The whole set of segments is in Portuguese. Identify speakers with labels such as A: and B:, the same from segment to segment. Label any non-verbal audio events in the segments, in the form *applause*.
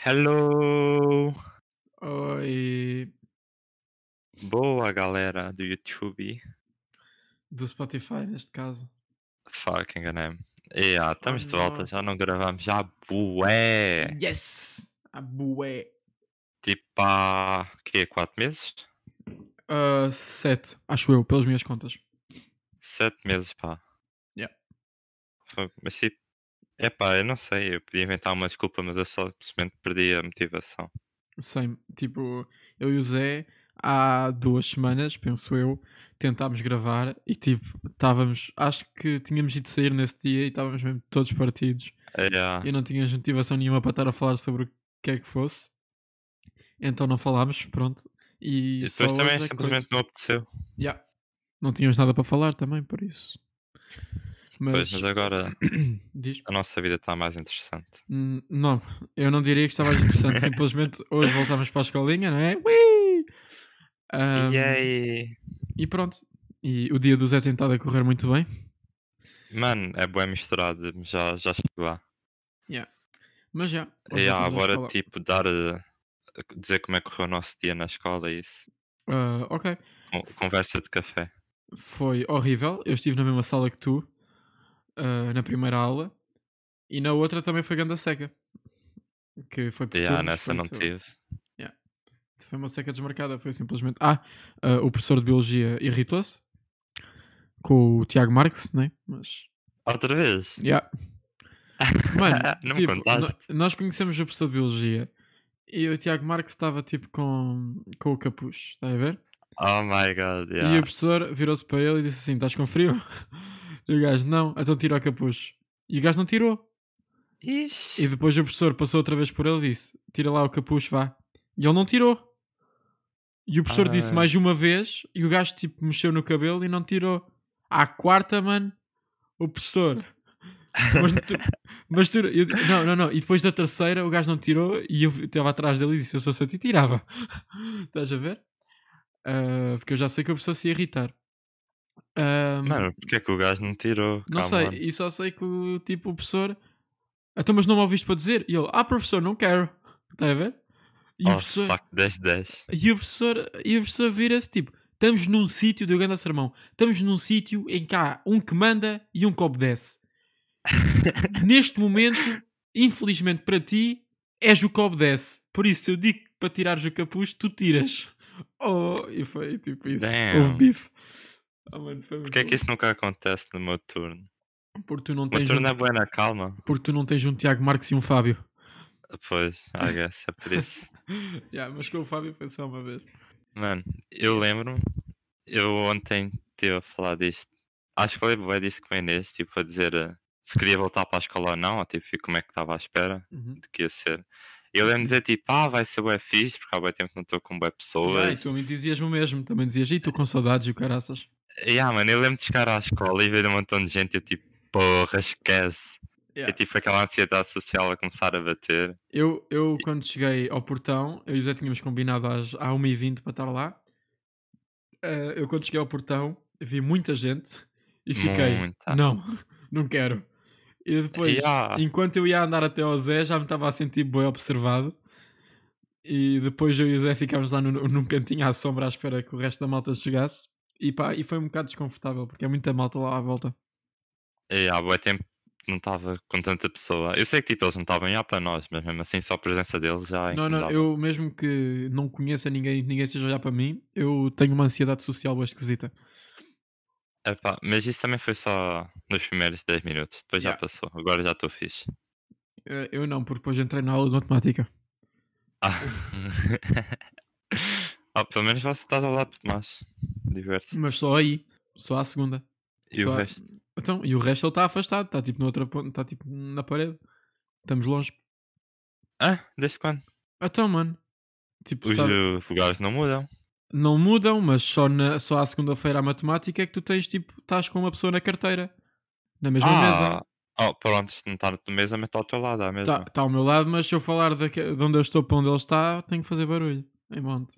A: Hello!
B: Oh, Oi,
A: Boa galera do YouTube.
B: do Spotify neste caso.
A: Fuck, enganei-me. Yeah, né?
B: Oh
A: ah, estamos de volta,
B: não.
A: já não gravamos, já bué!
B: Yes! A bué.
A: Tipo há. quê? 4 meses?
B: Ah, sete, acho eu, pelas minhas contas.
A: 7 meses, pá.
B: Yeah.
A: Fuck, Mas tipo. Epá, eu não sei, eu podia inventar uma desculpa, mas eu só simplesmente perdi a motivação.
B: Sem, tipo, eu e o Zé há duas semanas, penso eu, tentámos gravar e tipo, estávamos, acho que tínhamos ido sair nesse dia e estávamos mesmo todos partidos.
A: Yeah.
B: Eu não tinha motivação nenhuma para estar a falar sobre o que é que fosse. Então não falámos, pronto. E,
A: E
B: só
A: depois também
B: hoje é que
A: simplesmente não apeteceu.
B: coisa. Yeah. Não tínhamos nada para falar também, por isso.
A: Pois, mas é agora
B: Diz.
A: a nossa vida está mais interessante.
B: Hum, Não, eu não diria que está
A: *laughs*
B: mais interessante. Simplesmente hoje voltámos para a escolinha, não é? Ui! Ahm,
A: E aí?
B: E pronto. E o dia do Zé tem estado a correr muito bem.
A: Mano, é bué misturado, já, já chego lá.
B: Mas já. hoje
A: É,
B: voltamos à
A: agora
B: escola.
A: tipo dar eh, dizer como é que correu o nosso dia na escola e isso.
B: Ah, ok.
A: Con- Conversa de café.
B: Foi horrível. Eu estive na mesma sala que tu, ah, na primeira aula. E na outra também foi ganda seca. Que foi por
A: E ah,
B: turnos,
A: nessa
B: por
A: não
B: isso-
A: tive.
B: Foi uma seca desmarcada, foi simplesmente. Ah, ah, o professor de Biologia irritou-se com o Tiago Marques, né? Mas.
A: Outra vez?
B: Yeah.
A: *laughs*
B: Mano,
A: Não me
B: tipo,
A: contaste?
B: no- nós conhecemos o professor de Biologia e o Tiago Marques estava tipo com, com o capuz, está a ver?
A: Oh my god,
B: E o
A: yeah.
B: professor virou-se para ele e disse assim: Estás com frio? *laughs* E o gajo, não, então tira o capuz. E o gajo não tirou.
A: Ixi.
B: E depois o professor passou outra vez por ele e disse: Tira lá o capuz, vá. E ele não tirou. E o professor disse
A: Ah.
B: mais uma vez e o gajo tipo mexeu no cabelo e não tirou. À quarta, mano, o professor. Mas tu, mas tu- eu- não, não, não. E depois da terceira o gajo não tirou e eu estava atrás dele e disse: Eu sou a ti, tirava. *laughs* Estás a ver? Ah, porque eu já sei que o professor se ia irritar. Ah,
A: Mano, porque é que o gajo não tirou?
B: não
A: Come
B: sei,
A: on.
B: e só sei que o tipo o professor. Então, mas não me ouviste para dizer? E ele, ah, professor, não quero. Está a ver? E, o
A: Oh,
B: professor,
A: fuck, 10 10.
B: e, o professor, e o professor vira-se tipo: estamos num sítio, do grande sermão, estamos num sítio em que há um que manda e um
A: *laughs*
B: que obedece. Neste momento, infelizmente para ti, és o que obedece. Por isso, eu digo que para tirares o capuz, tu tiras. Oh, e foi tipo isso.
A: Damn.
B: Houve bife. Ah, mano, foi muito
A: Porquê é que
B: bom.
A: isso nunca acontece no meu turno?
B: Porque tu não
A: O meu
B: tens um
A: turno é bué na calma.
B: porque tu não tens um Tiago Marques e um Fábio.
A: Pois, I guess, é por isso.
B: Yeah, mas com o Fábio foi só uma vez.
A: Mano, eu
B: Yes.
A: lembro-me, eu ontem estive a falar disto. Acho que falei bem disso com a Inês, tipo, a dizer eh, se queria voltar para a escola ou não, ou, tipo, e como é que estava à espera
B: Uhum.
A: de que ia ser. Eu lembro-me dizer, tipo, ah, vai ser bué fixe, porque há bué tempo não estou com bué
B: Yeah, e
A: pessoas.
B: tu me dizias-me o mesmo, também dizias, e tu com saudades e o caraças.
A: E, ah, mano, eu lembro de chegar à escola e ver um montão de gente, eu tipo, porra, esquece.
B: Yeah.
A: Eu, tipo, aquela ansiedade social a começar a bater.
B: Eu, eu, quando cheguei ao portão, eu e o Zé tínhamos combinado às, à 1h20 para estar lá. Eh, eu, quando cheguei ao portão, vi muita gente e fiquei,
A: Muita.
B: não, não quero. E depois,
A: Yeah.
B: enquanto eu ia andar até ao Zé, já me estava a sentir bem observado. E depois eu e o Zé ficámos lá no, num cantinho à sombra à espera que o resto da malta chegasse. E pá, e foi um bocado desconfortável, porque é muita malta lá à volta.
A: E há bué tempo não estava com tanta pessoa. Eu sei que, tipo, eles não estavam a olhar para nós, mas mesmo assim só a presença deles já é
B: Não, não,
A: incomodava.
B: eu mesmo que não conheça ninguém e ninguém esteja a olhar para mim, eu tenho uma ansiedade social bem esquisita.
A: Epá, É mas isso também foi só nos primeiros 10 minutos, depois já
B: Yeah.
A: passou, agora já estou
B: *laughs*
A: fixe. *laughs*
B: Eh, Eu não, porque depois entrei na aula de matemática.
A: Ah. Ah, pelo menos você estás ao lado de Tomás, diverso.
B: Mas só aí, só à segunda.
A: E
B: só
A: o
B: à-
A: resto?
B: Então, e o resto ele está afastado, está tipo noutra ponta, está tipo na parede. Estamos longe.
A: Ah, desde quando?
B: Então, mano. Tipo,
A: Os
B: sabe,
A: eh, lugares não mudam.
B: não mudam, mas só, na, só à segunda-feira à matemática é que tu tens tipo, estás com uma pessoa na carteira. Na mesma mesa. Tá.
A: Ah, oh, pronto, se não está na tua mesa, mas está ao teu lado, à mesma.
B: Está ao meu lado, mas se eu falar de, de onde eu estou para onde ele está, tenho que fazer barulho. Em monte.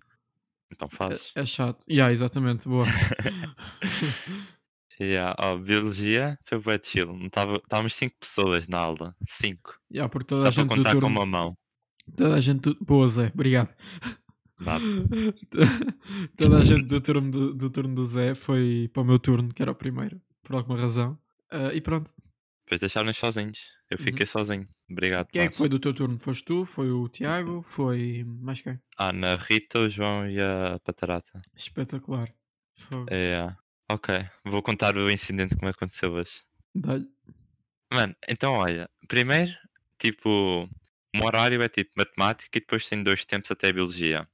A: Então
B: É,
A: fazes.
B: é chato. Yeah, exatamente, boa. eh.
A: Yeah, oh, biologia foi bem chill. não tava- Estávamos 5 pessoas na aula, 5.
B: yeah, porque toda
A: Só
B: a
A: para
B: gente do
A: contar com
B: turno.
A: uma mão.
B: Toda a gente. do- Boa, Zé, obrigado. *laughs*
A: Nada.
B: Toda a gente do turno do, do turno do Zé foi para o meu turno, que era o primeiro, por alguma razão. Ah, e pronto.
A: Depois deixaram-nos sozinhos. Eu
B: Uhum.
A: fiquei sozinho. Obrigado.
B: Quem é que
A: Tomás.
B: foi do teu turno? Foste tu? Foi o Tiago? Foi. Mais quem?
A: A Ana Ah, Rita, o João e a Patarata.
B: Espetacular. Fogo.
A: É. Ok, vou contar o incidente que me aconteceu hoje.
B: Dá-lhe.
A: Mano, então olha, primeiro, tipo, um horário é tipo matemática e depois tem dois tempos até biologia.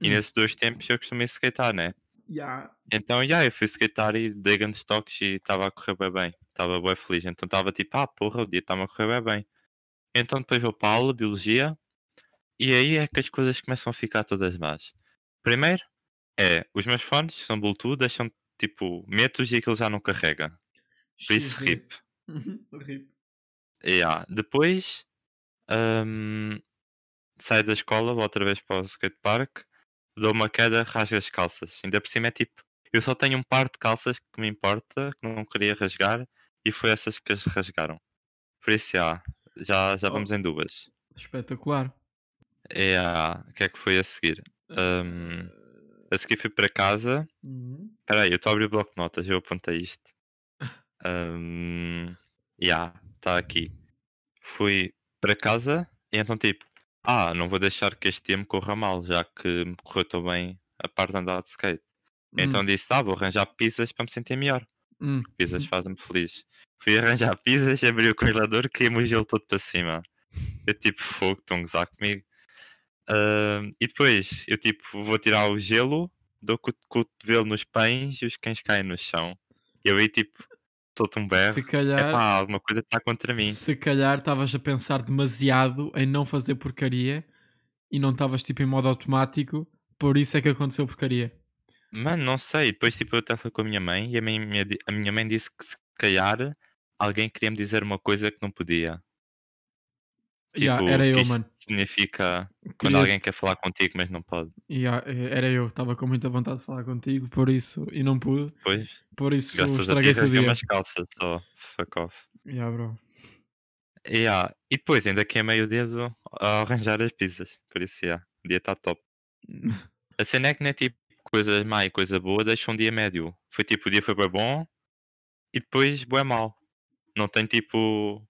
A: E
B: Hum.
A: nesses dois tempos eu costumei skatear, né?
B: eh, Ya.
A: Então, já, eu fui skatear e dei grandes toques e estava a correr bem bem. Estava bem feliz. Então estava tipo, ah, porra, o dia está-me a correr bem bem. Então depois vou para a aula, biologia, e aí é que as coisas começam a ficar todas más. Primeiro, é, os meus fones, que são Bluetooth, deixam tipo, metos e aquilo já não carrega. Por
B: *laughs*
A: isso,
B: XD.
A: rip.
B: Uhum. Rip.
A: Yeah. Depois hum, saio da escola, vou outra vez para o skatepark, dou uma queda, rasgo as calças. Ainda por cima é tipo, eu só tenho um par de calças que me importa, que não queria rasgar, e foi essas que as rasgaram. Por isso, yeah, já, já
B: Oh.
A: vamos em duas.
B: Espetacular.
A: E ah, o que é que foi a seguir? Hum, a seguir fui para casa.
B: Eh, Uhum.
A: Espera aí, eu estou a abrir o bloco de notas, eu apontei isto. Ahm, Ya, está aqui. Fui para casa e então tipo, ah, não vou deixar que este dia me corra mal, já que me correu tão bem a parte de andar de skate. Então disse, ah, vou arranjar pizzas para me sentir melhor.
B: Hum, hum.
A: Pizzas fazem-me feliz. Fui arranjar *laughs* pizzas, abri o congelador, queimei o gelo todo para cima. Eu tipo, fogo, estão a gozar comigo. Ahm, e depois, eu tipo, vou tirar o gelo, dou com o cotovelo nos pães e os cães caem no chão. Eu aí tipo, solto um berro.
B: Se calhar.
A: Epá, alguma coisa está contra mim.
B: Se calhar estavas a pensar demasiado em não fazer porcaria e não estavas tipo em modo automático, por isso é que aconteceu porcaria.
A: Mano, não sei. Depois, tipo, eu até fui com a minha mãe e a minha, minha di- a minha mãe disse que se calhar alguém queria me dizer uma coisa que não podia.
B: Ya,
A: Tipo,
B: era
A: que
B: eu,
A: isto
B: mano.
A: Significa quando
B: Queria-
A: alguém quer falar contigo, mas não pode.
B: Ya, eh, era eu, estava com muita vontade de falar contigo, por isso, e não pude,
A: Pois,
B: por isso
A: graças a
B: estraguei
A: Deus,
B: o
A: arranquei
B: dia.
A: umas calças só. Fuck off.
B: Ya, bro.
A: E, ah, e depois, ainda queimei o dedo a arranjar as pizzas. Por isso, ah, o dia está
B: *laughs*
A: top. A cena é que não é tipo coisas má e coisa boa, deixa um dia médio. Foi tipo, o dia foi bem bom e depois bué mal. Não tem tipo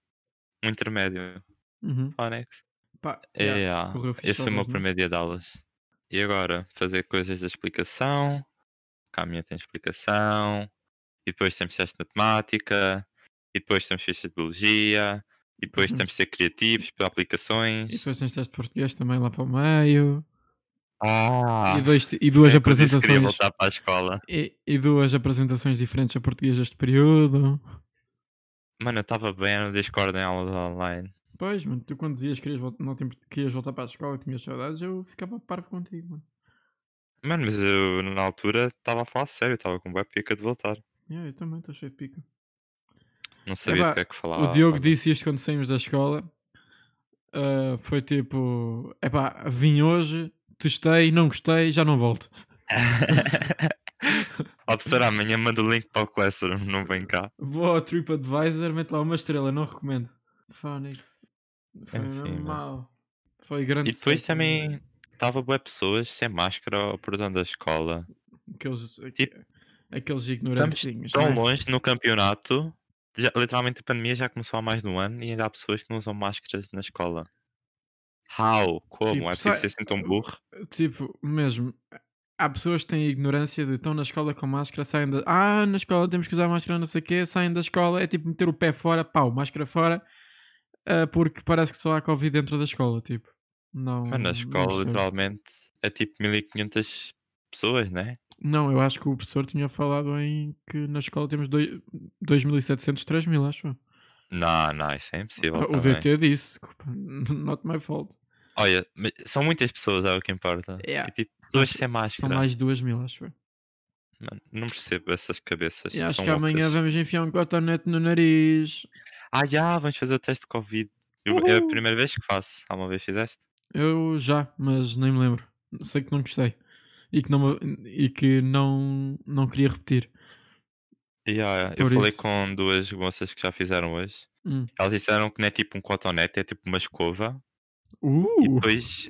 A: um intermédio.
B: Uhum.
A: Onyx.
B: Pá,
A: É,
B: ya,
A: ah,
B: correu né? fixe
A: Esse foi o meu
B: aulas, não?
A: primeiro dia de aulas. E agora, fazer coisas da explicação. Cá a minha tem explicação. E depois temos testes de matemática. E depois temos fichas de biologia. E depois
B: Uhum.
A: temos de ser criativos para
B: E
A: aplicações.
B: depois tens teste de português também lá para o meio.
A: Ah!
B: e, dois- e duas
A: é que eu disse que Queria
B: apresentações.
A: voltar para a escola.
B: E, e duas apresentações diferentes a português deste período.
A: Mano, eu estava bem no Discord em aulas online.
B: Pois, mano, tu quando dizias que querias, voltar, não te- querias voltar para a escola e tinhas saudades, eu ficava parvo contigo, mano.
A: Mano, mas eu na altura estava a falar sério, estava com boa pica de voltar.
B: Yeah, eu também estou cheio de pica.
A: Não sabia
B: pá,
A: do que é que falava.
B: o Diogo disse isto quando saímos da escola. Ah, foi tipo: epá, vim hoje, testei, não gostei, já não volto.
A: Ó, *laughs* professor, amanhã manda o link para o Classroom, não vem cá.
B: Vou ao TripAdvisor, mete lá uma estrela, não recomendo. Phonics. Foi
A: Enfim,
B: mesmo
A: É um mano.
B: mau. Foi grande.
A: E depois
B: seca,
A: também estava boa pessoas sem máscara ao portão da escola.
B: Aqueles,
A: tipo,
B: aqueles
A: Estamos
B: ignorantezinhos.
A: tão
B: não é?
A: longe no campeonato. já- literalmente a pandemia já começou há mais de um ano e ainda há pessoas que não usam máscaras na escola. How? Como?
B: Tipo,
A: é preciso
B: sai-
A: ser assim tão burro?
B: Tipo, mesmo. Há pessoas que têm ignorância de estão na escola com máscara, saem da. Ah, na escola temos que usar máscara, não sei o quê, saem da escola, é tipo meter o pé fora, pau, máscara fora, ah, porque parece que só há Covid dentro da escola, tipo. Não.
A: Mano, Ah, na
B: não
A: escola
B: percebo.
A: literalmente é tipo 1500 pessoas, né?
B: Não, eu acho que o professor tinha falado em que na escola temos dois- 2.700, 3.000, acho. eu.
A: Não, não, isso é impossível.
B: o
A: também.
B: DT disse, desculpa, *laughs* not my fault.
A: Olha, mas são muitas pessoas, é o que importa.
B: Yeah.
A: E tipo, pessoas
B: Mas
A: sem
B: São
A: máscara.
B: mais de 2.000, acho. eu.
A: Mano, não percebo essas cabeças.
B: E acho
A: são
B: que amanhã
A: loucas.
B: vamos enfiar um cotonete no nariz.
A: Ah, já, vamos fazer o teste de Covid. Eu- é a
B: Uhul.
A: primeira vez que faço. Alguma vez fizeste?
B: Eu já, mas nem me lembro. Sei que não gostei. E que não, me- e que não, não queria repetir.
A: Yeah, ah, eu
B: Por
A: falei
B: isso.
A: com duas moças que já fizeram hoje.
B: Hum.
A: Elas disseram que não é tipo um cotonete, é tipo uma escova. E
B: Uh!
A: depois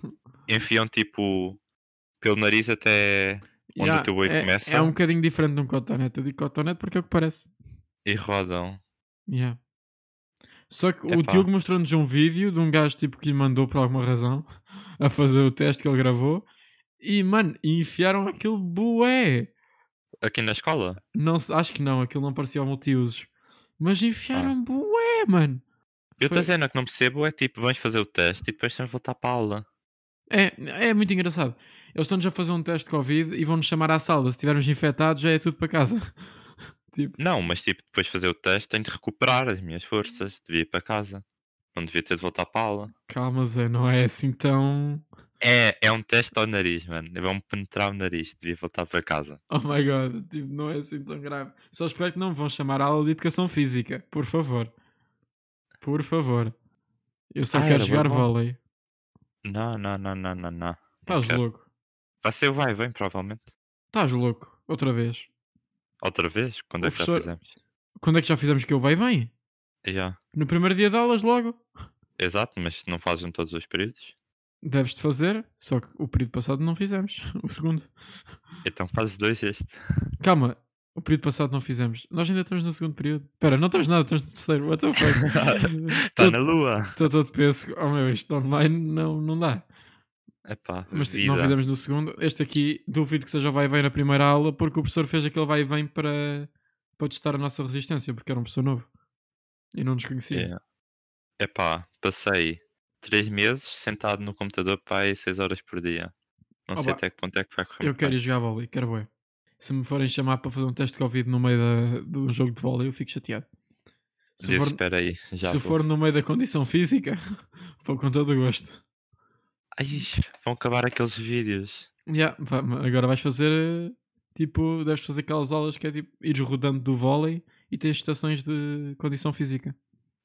A: enfiam tipo pelo nariz até onde
B: Ya,
A: o teu boi
B: é,
A: começa.
B: É um bocadinho diferente de um cotonete. Eu digo cotonete porque é o que parece.
A: e rodam.
B: Yeah. Só que o
A: Epá.
B: Diogo mostrou-nos um vídeo de um gajo tipo que lhe mandou por alguma razão a fazer o teste que ele gravou e, mano, enfiaram aquilo bué.
A: Aqui na escola?
B: Não, se- acho que não, aquilo não parecia ao multiusos. Mas
A: Ah.
B: enfiaram bué, mano.
A: E outra
B: Foi-
A: cena que não percebo é tipo, vamos fazer o teste e depois temos de voltar para a aula.
B: É, é muito engraçado. Eles estão-nos a fazer um teste de Covid e vão-nos chamar à sala. Se estivermos infectados, já é tudo para casa. *laughs* tipo,
A: Não, mas tipo, depois de fazer o teste tenho de recuperar as minhas forças. Devia ir para casa. Não devia ter de voltar para a aula.
B: calma, Zé, não é assim tão.
A: É, é um teste ao nariz, mano. Vão-me penetrar o nariz. Devia voltar para casa.
B: Oh my god, tipo, não é assim tão grave. Só espero que não me vão chamar à aula de educação física, por favor. Por favor. Eu só
A: Ah,
B: quero
A: era
B: jogar
A: voleibol?
B: vôlei.
A: Não, não, não, não, não, não.
B: Estás
A: quero.
B: louco.
A: Vai ser o vai, vem, provavelmente.
B: Estás louco. Outra vez.
A: Outra vez? Quando
B: O
A: é que
B: professor-
A: já fizemos?
B: Quando é que já fizemos que eu vai bem?
A: Já.
B: No primeiro dia de aulas logo.
A: Exato, mas não fazem todos os períodos.
B: Deves-te fazer, só que o período passado não fizemos. *laughs* O segundo.
A: Então fazes dois
B: *laughs*
A: este.
B: Calma, o período passado não fizemos. Nós ainda estamos no segundo período. Espera, não estamos nada, estamos no terceiro. What the
A: *laughs*
B: fuck?
A: Está Tá na lua.
B: Estou todo peso. Oh meu, isto online não, não dá.
A: Epá,
B: Mas tipo,
A: vida.
B: não fizemos no segundo. Este aqui, duvido que seja o vai e vem na primeira aula, porque o professor fez aquele vai e vem para, para testar a nossa resistência, porque era um professor novo. E não nos conhecia.
A: É. Epá, passei três meses sentado no computador para aí seis horas por dia. Não sei
B: Oba.
A: até que ponto é que vai correr.
B: Eu
A: muito
B: quero
A: bem.
B: ir jogar vôlei, quero bué. Se me forem chamar para fazer um teste de Covid no meio da- de um jogo de vôlei, eu fico chateado. Se,
A: Diz,
B: for,
A: espera aí, já
B: se
A: vou.
B: for no meio da condição física, *laughs* vou com todo o gosto.
A: Ai, vão acabar aqueles vídeos.
B: Ya, vá- agora vais fazer eh, tipo, deves fazer aquelas aulas que é tipo ires rodando do vôlei e tens estações de condição física.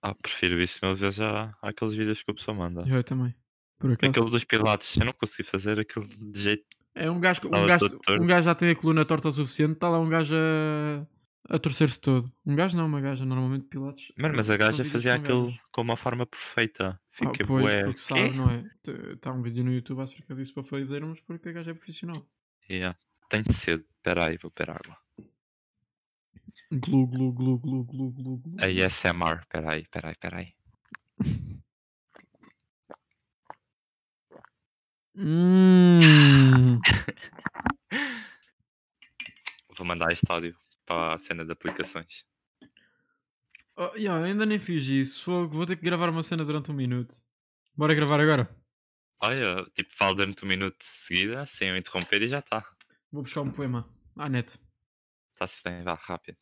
A: Ah, prefiro isso mil vezes à- àqueles vídeos que o pessoal manda.
B: Eu também. Por acaso.
A: Tá. É Aquele dos pilates, eu não consegui fazer aquele de jeito.
B: É um gajo, um,
A: Tava
B: gajo,
A: todo torto.
B: um gajo já tem a coluna torta o suficiente, está lá um gajo a, a torcer-se todo. Um gajo não, uma gaja, normalmente pilates.
A: Mano,
B: são-
A: mas a
B: são
A: gaja
B: vidas
A: fazia
B: com gajas.
A: aquilo com uma forma perfeita.
B: Ah,
A: Fica
B: pois,
A: bué.
B: porque sabe,
A: "Quê?"
B: não é? Está um vídeo no YouTube acerca disso para fazermos porque a gaja é profissional.
A: Yeah. Tenho sede. Espera aí, vou beber água.
B: Glu, glu, glu, glu, glu, glu, glu.
A: é. ASMR, espera aí, espera aí, espera aí.
B: Hum.
A: Vou mandar este áudio para a cena de aplicações.
B: Oh, yeah, ainda nem fiz isso. Fogo, Vou ter que gravar uma cena durante um minuto. Bora gravar agora.
A: Olha, tipo, falo durante um minuto de seguida, sem eu interromper e já tá. está.
B: Vou buscar
A: Hum.
B: um poema à net.
A: Está-se bem, vá, rápido.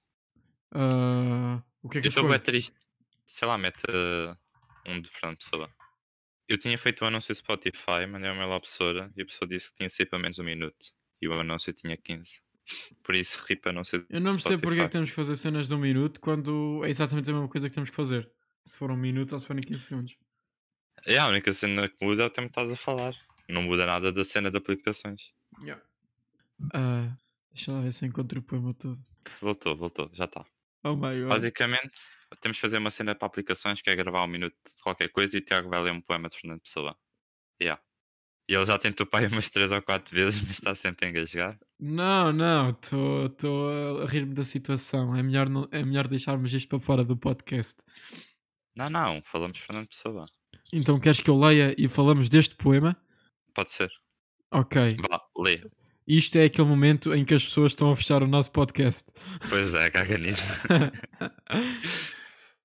B: Ah, o que é que
A: eu
B: eu
A: estou bem
B: escolho?
A: triste. Sei lá, mete uh, um de Fernando Pessoa. Eu tinha feito um anúncio Spotify, mandei uma mail à pessoa e a pessoa disse que tinha sido para menos um minuto. E o anúncio tinha 15. Por isso, ripa anúncio do
B: Eu não percebo porque é que
A: Spotify.
B: temos que fazer cenas de um minuto quando é exatamente a mesma coisa que temos que fazer. Se for um minuto ou se forem 15 segundos.
A: É, a única cena que muda é o tempo que estás a falar. Não muda nada da cena de aplicações.
B: Ah, deixa lá ver se eu encontro o poema todo.
A: Voltou, voltou, já está.
B: Oh my god.
A: Basicamente, temos de fazer uma cena para aplicações que é gravar um minuto de qualquer coisa e o Tiago vai ler um poema de Fernando Pessoa. Yeah. E ele já tentou pai umas 3 ou 4 vezes, mas está sempre a engasgar.
B: Não, não, estou a rir-me da situação. É melhor, não- é melhor deixarmos isto para fora do podcast.
A: Não, não, falamos de Fernando Pessoa.
B: Então queres que eu leia e falamos deste poema?
A: Pode ser.
B: Ok.
A: Vá, lê.
B: Isto é aquele momento em que as pessoas estão a fechar o nosso podcast.
A: Pois é, caga nisso.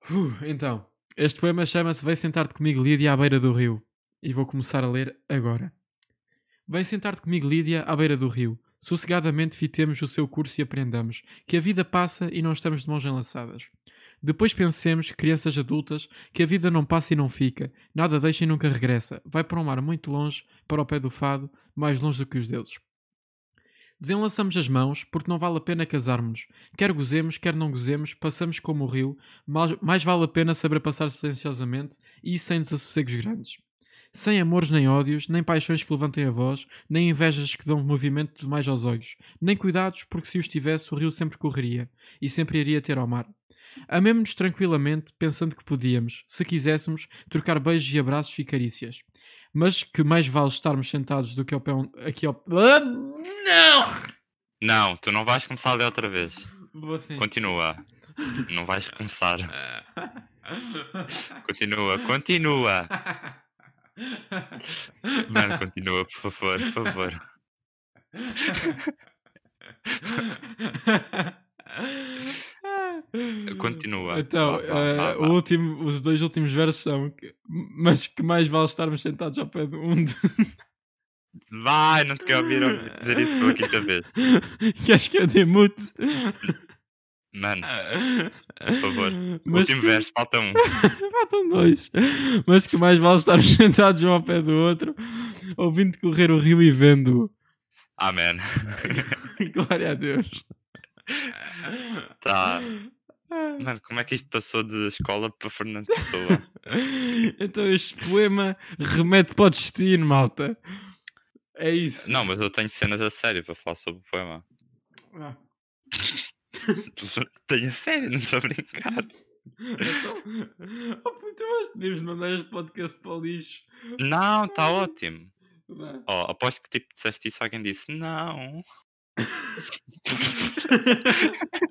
B: Uh, então, este poema chama-se Vem sentar-te comigo, Lídia, à beira do rio. E vou começar a ler agora. Vem sentar-te comigo, Lídia, à beira do rio. Sossegadamente fitemos o seu curso e aprendamos que a vida passa e não estamos de mãos enlaçadas. Depois pensemos, crianças adultas, que a vida não passa e não fica, nada deixa e nunca regressa, vai para um mar muito longe, para o pé do fado, mais longe do que os deuses. Desenlaçamos as mãos, porque não vale a pena casarmos-nos. Quer gozemos, quer não gozemos, passamos como o rio, mais, mais vale a pena saber passar silenciosamente e sem desassossegos grandes. Sem amores nem ódios, nem paixões que levantem a voz, nem invejas que dão movimento demais aos olhos, nem cuidados, porque se os tivesse, o rio sempre correria e sempre iria ter ao mar. Amemos-nos tranquilamente, pensando que podíamos, se quiséssemos, trocar beijos e abraços e carícias. Mas que mais vale estarmos sentados do que ao pé um- aqui ao. Ah, não!
A: Não, tu não vais começar a ler outra vez.
B: Vou assim.
A: Continua. Não vais começar. Continua, continua. Mano, continua, por favor, por favor. *laughs* Continua. Vá,
B: Então,
A: vá, vá,
B: eh,
A: vá.
B: o último- os dois últimos versos são que- Mas que mais vale estarmos sentados ao pé de *laughs* um do-
A: Vai, não te quero ouvir ouvir dizer isso pela quinta vez.
B: Queres que eu dê mute?
A: Mano,
B: Por
A: favor.
B: *laughs* Mas
A: último
B: que-
A: verso, falta um.
B: Faltam dois. Mas que mais vale estarmos *laughs* sentados um ao pé do outro, ouvindo correr o rio e vendo-o. *laughs*
A: Amém.
B: Glória a Deus.
A: Tá. Mano, como é que isto passou de escola para Fernando Pessoa?
B: *laughs* Então este poema remete para o destino, malta. É isso.
A: Não, mas eu tenho cenas a sério para falar sobre o poema. *laughs*
B: Ah,
A: Tenho a sério, não estou a brincar.
B: então- *laughs* Oh, puto, mas podemos mandar este podcast para o lixo.
A: Não, está ótimo.
B: Vá.
A: Oh, aposto que tipo disseste isso, alguém disse não. *laughs*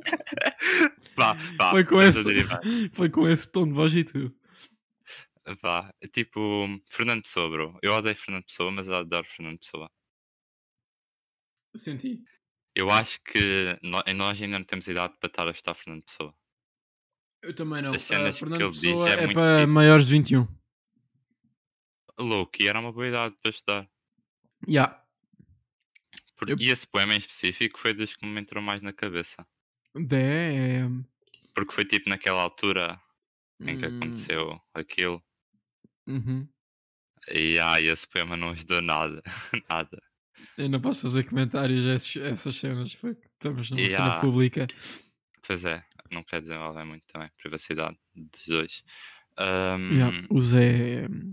A: vá, vá.
B: Foi com
A: estamos a
B: esse-
A: derivar.
B: Foi com esse tom de voz e tudo.
A: Vá. Tipo, Fernando Pessoa, bro. Eu odeio Fernando Pessoa, mas eu adoro Fernando Pessoa.
B: Senti.
A: Eu acho que no- nós ainda não temos idade para estar a estar Fernando Pessoa.
B: Eu também não.
A: As cenas
B: Ah,
A: que
B: Fernando
A: ele diz
B: Pessoa
A: é
B: é,
A: muito
B: para
A: tipo-
B: maiores de 21.
A: Louco, e era uma boa idade para estudar.
B: Yeah.
A: Por-
B: Eu-
A: E esse poema em específico foi dos que me entrou mais na cabeça.
B: De... é,
A: Porque foi tipo naquela altura em que
B: Hum,
A: aconteceu aquilo.
B: uhum.
A: E ai, esse poema não ajudou nada. *laughs* nada.
B: Eu não posso fazer comentários a esses- essas cenas, porque estamos numa cena
A: Yeah.
B: pública.
A: Pois é, não quer desenvolver muito também. Privacidade dos dois.
B: Yeah,
A: Ahm,
B: o Zé. hum,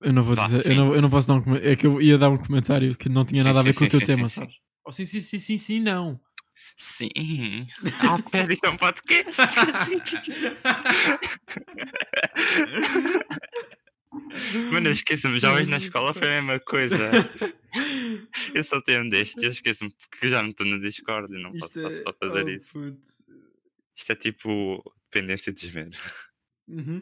B: Eu não vou
A: Vá,
B: dizer, eu
A: sim.
B: não, eu não posso dar um comentário. É que eu ia dar um comentário que não tinha
A: Sim,
B: nada a ver
A: sim,
B: com o
A: sim,
B: teu
A: sim,
B: tema,
A: sim,
B: sabes? Oh, sim, sim, sim, sim,
A: *laughs*
B: sim, não. *laughs*
A: Sim. Ah, pera, isto é um podcast. *laughs* esqueci. Mano, eu esqueço-me. Já hoje na escola foi a mesma
B: *laughs*
A: coisa. Eu só tenho um destes. Eu esqueço-me porque já não estou no Discord e não posso estar só a fazer
B: oh,
A: isso.
B: puto.
A: Isto é tipo dependência de desmero.
B: Uhum.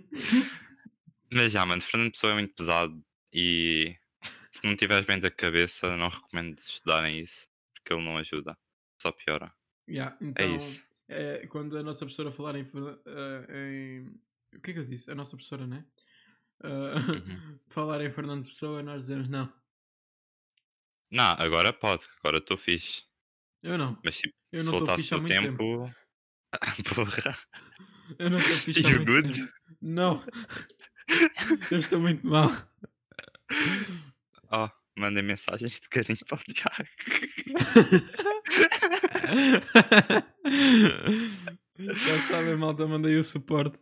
A: Mas já, mano, Fernando Pessoa é muito pesado e *laughs* se não tiveres bem da cabeça, não recomendo estudarem isso porque ele não ajuda, só piora.
B: Yeah,
A: É
B: então, *laughs*
A: isso.
B: é, quando a nossa professora falar em, Fernan- eh, em- O que é que eu disse? A nossa professora, né? Ah,
A: Uhum.
B: *laughs* falar em Fernando Pessoa, nós dizemos não.
A: Não, agora pode, agora estou fixe.
B: Eu não.
A: Mas tipo,
B: Eu
A: se
B: não estou
A: voltasse
B: fixe há
A: no
B: muito tempo.
A: tempo. *laughs* Porra,
B: Eu não estou *laughs* fixe há
A: you
B: muito
A: good?
B: tempo. Não. *laughs* Eu estou muito *laughs* mal.
A: Ó, mandem mensagens de carinho para o Tiago.
B: Já sabem, malta, mandei o suporte.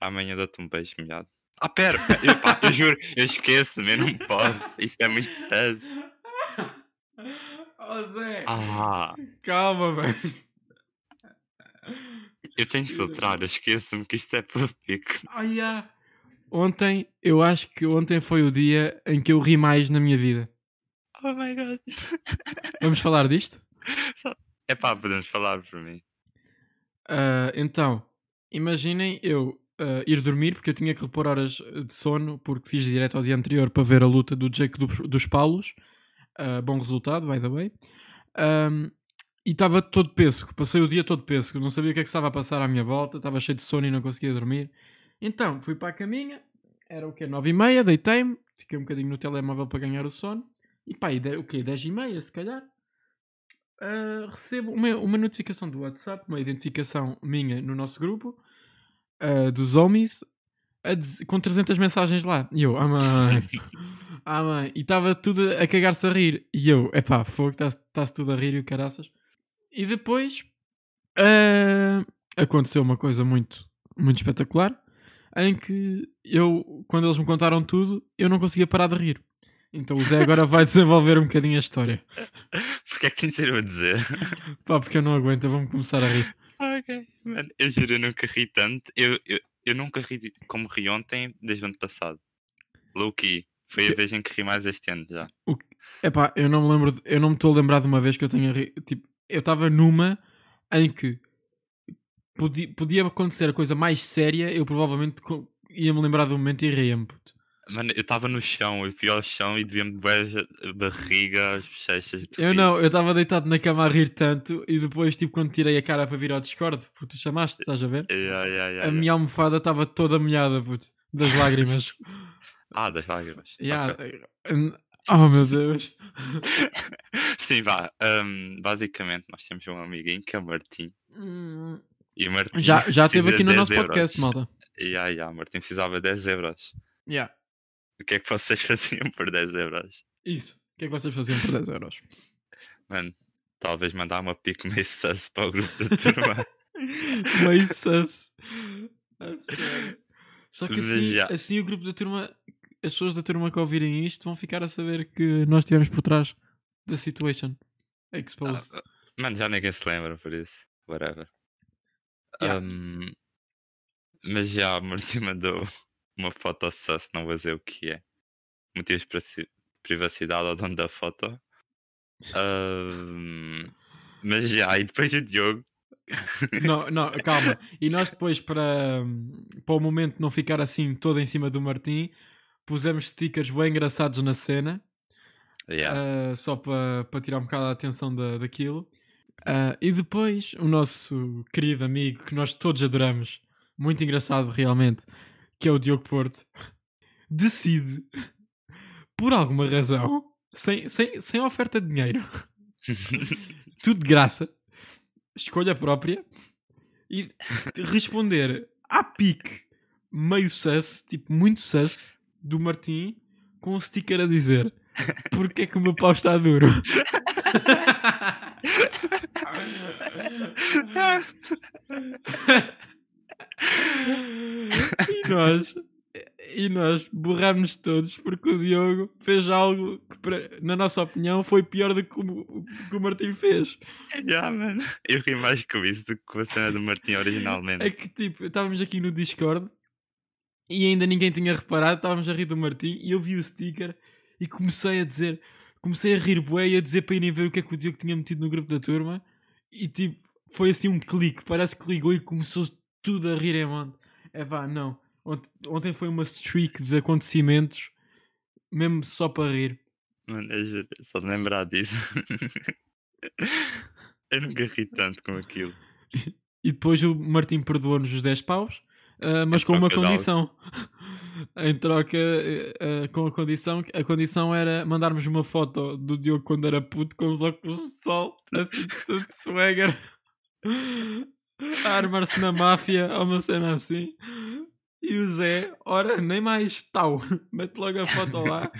A: Amanhã dou-te um beijo molhado. Ah, pera, pera, eu, pá, eu juro, eu esqueço-me, eu não posso. Isso é muito sus.
B: *laughs* Oh Zé,
A: Ah,
B: calma, velho.
A: eu tenho de filtrar, eu esqueço-me que isto é público. *laughs*
B: Ai, ah. Ontem, eu acho que ontem foi o dia em que eu ri mais na minha vida.
A: Oh my god.
B: Vamos falar disto?
A: É pá, podemos falar por mim.
B: Ah, então, imaginem eu ah, ir dormir, porque eu tinha que repor horas de sono, porque fiz direto ao dia anterior para ver a luta do Jake do- dos Paulos. Ah, bom resultado, by the way. Ahm, e estava todo pêssego, passei o dia todo pêssego, não sabia o que é que estava a passar à minha volta, estava cheio de sono e não conseguia dormir. Então, fui para a caminha, era o quê? Nove e meia, deitei-me, fiquei um bocadinho no telemóvel para ganhar o sono. E pá, e de- o quê? Dez e meia, se calhar. Uh, recebo uma, uma notificação do WhatsApp, uma identificação minha no nosso grupo, uh, dos homies, a diz- com 300 mensagens lá. E eu, ah mãe, ah mãe. E estava tudo a cagar-se a rir. E eu, epá, fogo, está-se tudo a rir e o caraças. E depois uh, aconteceu uma coisa muito, muito espetacular, em que eu, quando eles me contaram tudo, eu não conseguia parar de rir. Então o Zé agora vai desenvolver um bocadinho a história.
A: Porque é que me disseram a dizer? *laughs*
B: Pá, porque eu não aguento, eu vou-me começar a rir.
A: Ok, mano, eu juro, eu nunca ri tanto. Eu, eu, eu nunca ri de- como ri ontem, desde o ano passado. Luki. Foi a vez em que ri mais este ano já.
B: Epá, eu não me lembro, de- eu não me estou a lembrar de uma vez que eu tenha ri- tipo, eu estava numa em que podia, podia acontecer a coisa mais séria, eu provavelmente co- ia-me lembrar do momento e ria-me. puto.
A: Mano, eu estava no chão, eu fui ao chão e devia-me bué a barriga, as bochechas. de
B: Eu
A: rir.
B: não, eu estava deitado na cama a rir tanto e depois, tipo, quando tirei a cara para vir ao Discord, porque tu chamaste, estás a ver?
A: Yeah, yeah, yeah,
B: A
A: yeah.
B: minha almofada estava toda molhada, puto, das
A: *laughs*
B: lágrimas.
A: Ah, das lágrimas.
B: Yeah,
A: Ok.
B: eh, Oh meu Deus.
A: Sim, vá. Ahm, basicamente, nós temos um amiguinho que é o Martim.
B: Hum,
A: E o Martim
B: Já, já esteve
A: precisa
B: aqui no
A: de
B: nosso
A: 10
B: podcast,
A: euros.
B: malta.
A: Yeah, yeah, o Martim precisava de 10 euros.
B: Yeah.
A: O que é que vocês *laughs* faziam por 10 euros?
B: Isso. O que é que vocês
A: *laughs*
B: faziam por 10 euros?
A: Mano, talvez mandar uma pique meio sus para o grupo
B: *laughs*
A: da turma.
B: Meio sus.
A: *laughs*
B: A sério. Só que
A: Mas
B: assim,
A: já.
B: assim o grupo da turma, as pessoas da turma que ouvirem isto vão ficar a saber que nós estivemos por trás da situation. Exposed.
A: Ah, Mano, já ninguém se lembra por isso. Whatever.
B: Yeah.
A: Ahm, mas já, o Martim *laughs* mandou uma foto sus, não vou dizer o que é. Motivos para si- privacidade ao dono da foto. Ahm, mas já, e depois o Diogo. ah. *laughs*
B: Não, não, calma. E nós depois, para, para o momento não ficar assim todo em cima do Martim, pusemos stickers bem engraçados na cena.
A: *laughs* Yeah.
B: Ah, só para para tirar um bocado a atenção da, daquilo. Ah, e depois, o nosso querido amigo que nós todos adoramos, muito engraçado realmente, que é o Diogo Porto, *laughs* decide, por alguma razão, sem, sem, sem oferta de dinheiro, tudo de graça, escolha própria, e de responder à pique, meio sus, tipo muito sus, do Martim, com um sticker a dizer porque é que o meu pau está duro? e nós, e nós borramos todos porque o Diogo fez algo que, para- na nossa opinião, foi pior do que o, do que o Martim fez.
A: Yeah, mano. Eu ri mais com isso do que com a cena do Martim originalmente.
B: É que tipo, estávamos aqui no Discord e ainda ninguém tinha reparado, estávamos a rir do Martim e eu vi o sticker e comecei a dizer, comecei a rir bué e a dizer para irem ver o que é que o Diogo tinha metido no grupo da turma e tipo, foi assim um clique, parece que ligou e começou tudo a rir em mando. É pá, não. Ont- Ontem foi uma streak de acontecimentos, mesmo só para rir.
A: Mano, eu juro, só de lembrar disso. *laughs* eu nunca ri tanto com aquilo.
B: E depois o Martim perdoou-nos os 10 paus, ah, mas
A: Em
B: com uma
A: troca de
B: condição. *laughs* em troca, eh, ah, com a condição, que- a condição era mandarmos uma foto do Diogo quando era puto com os óculos de sol, assim, todo swagger, *laughs* a armar-se na máfia, ou uma cena assim. E o Zé, ora, nem mais tal, *laughs* mete logo a foto lá.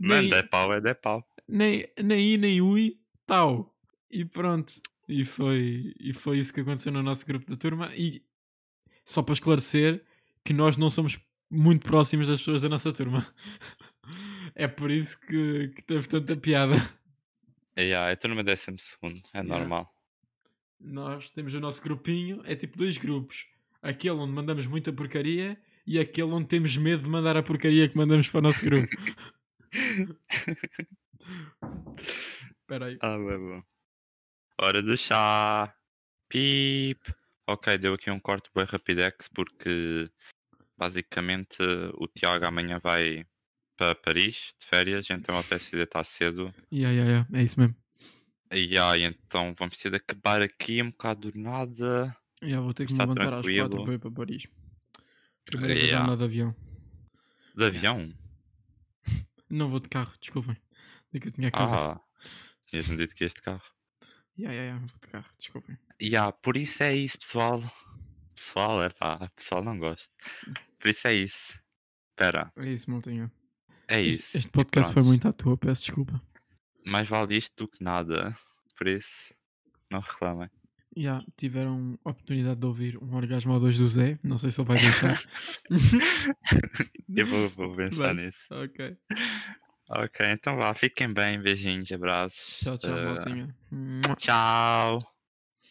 A: Mano,
B: nem,
A: é pau, é de pau.
B: nem, nem i, nem ui, tal. E pronto. E foi, e foi isso que aconteceu no nosso grupo da turma. E só para esclarecer que nós não somos muito próximos das pessoas da nossa turma. *laughs* É por isso que, que teve tanta piada.
A: Yeah, eu estou no meu décimo segundo, é
B: Yeah.
A: normal.
B: Nós temos o nosso grupinho, é tipo dois grupos. Aquele onde mandamos muita porcaria e aquele onde temos medo de mandar a porcaria que mandamos para o nosso grupo. Espera aí.
A: Ah, bem bom. Hora do chá. Pip. Ok, deu aqui um corte bem rapidex porque basicamente o Tiago amanhã vai para Paris de férias, então a PSD está cedo.
B: Yeah, yeah, yeah. É isso mesmo.
A: E aí, então vamos ter de acabar aqui um bocado do nada.
B: Yeah, vou ter que me
A: Está
B: levantar às quatro
A: tranquilo.
B: para ir para Paris. Primeira vez a
A: Yeah.
B: andar de avião.
A: De avião?
B: Não vou de carro, desculpem. É que eu tinha a cabeça.
A: Ah, tinhas-me dito que este carro.
B: Yeah, yeah, yeah, vou de carro, desculpem.
A: Yeah, por isso é isso, pessoal. Pessoal, é pá, pessoal não gosto. Por isso é isso. Espera,
B: É isso, Montanha.
A: é isso.
B: Este, este podcast foi
A: pronto.
B: muito à toa, peço desculpa.
A: Mais vale isto do que nada. Por isso, não reclamem.
B: Yeah, tiveram a oportunidade de ouvir um orgasmo ou dois do Zé. Não sei se ele vai deixar.
A: *laughs* Eu vou,
B: *laughs*
A: vou pensar
B: Bem.
A: nisso.
B: ok.
A: Ok, então vá, fiquem bem. Beijinhos, abraços.
B: Tchau, tchau,
A: eh,
B: Montanha.
A: tchau.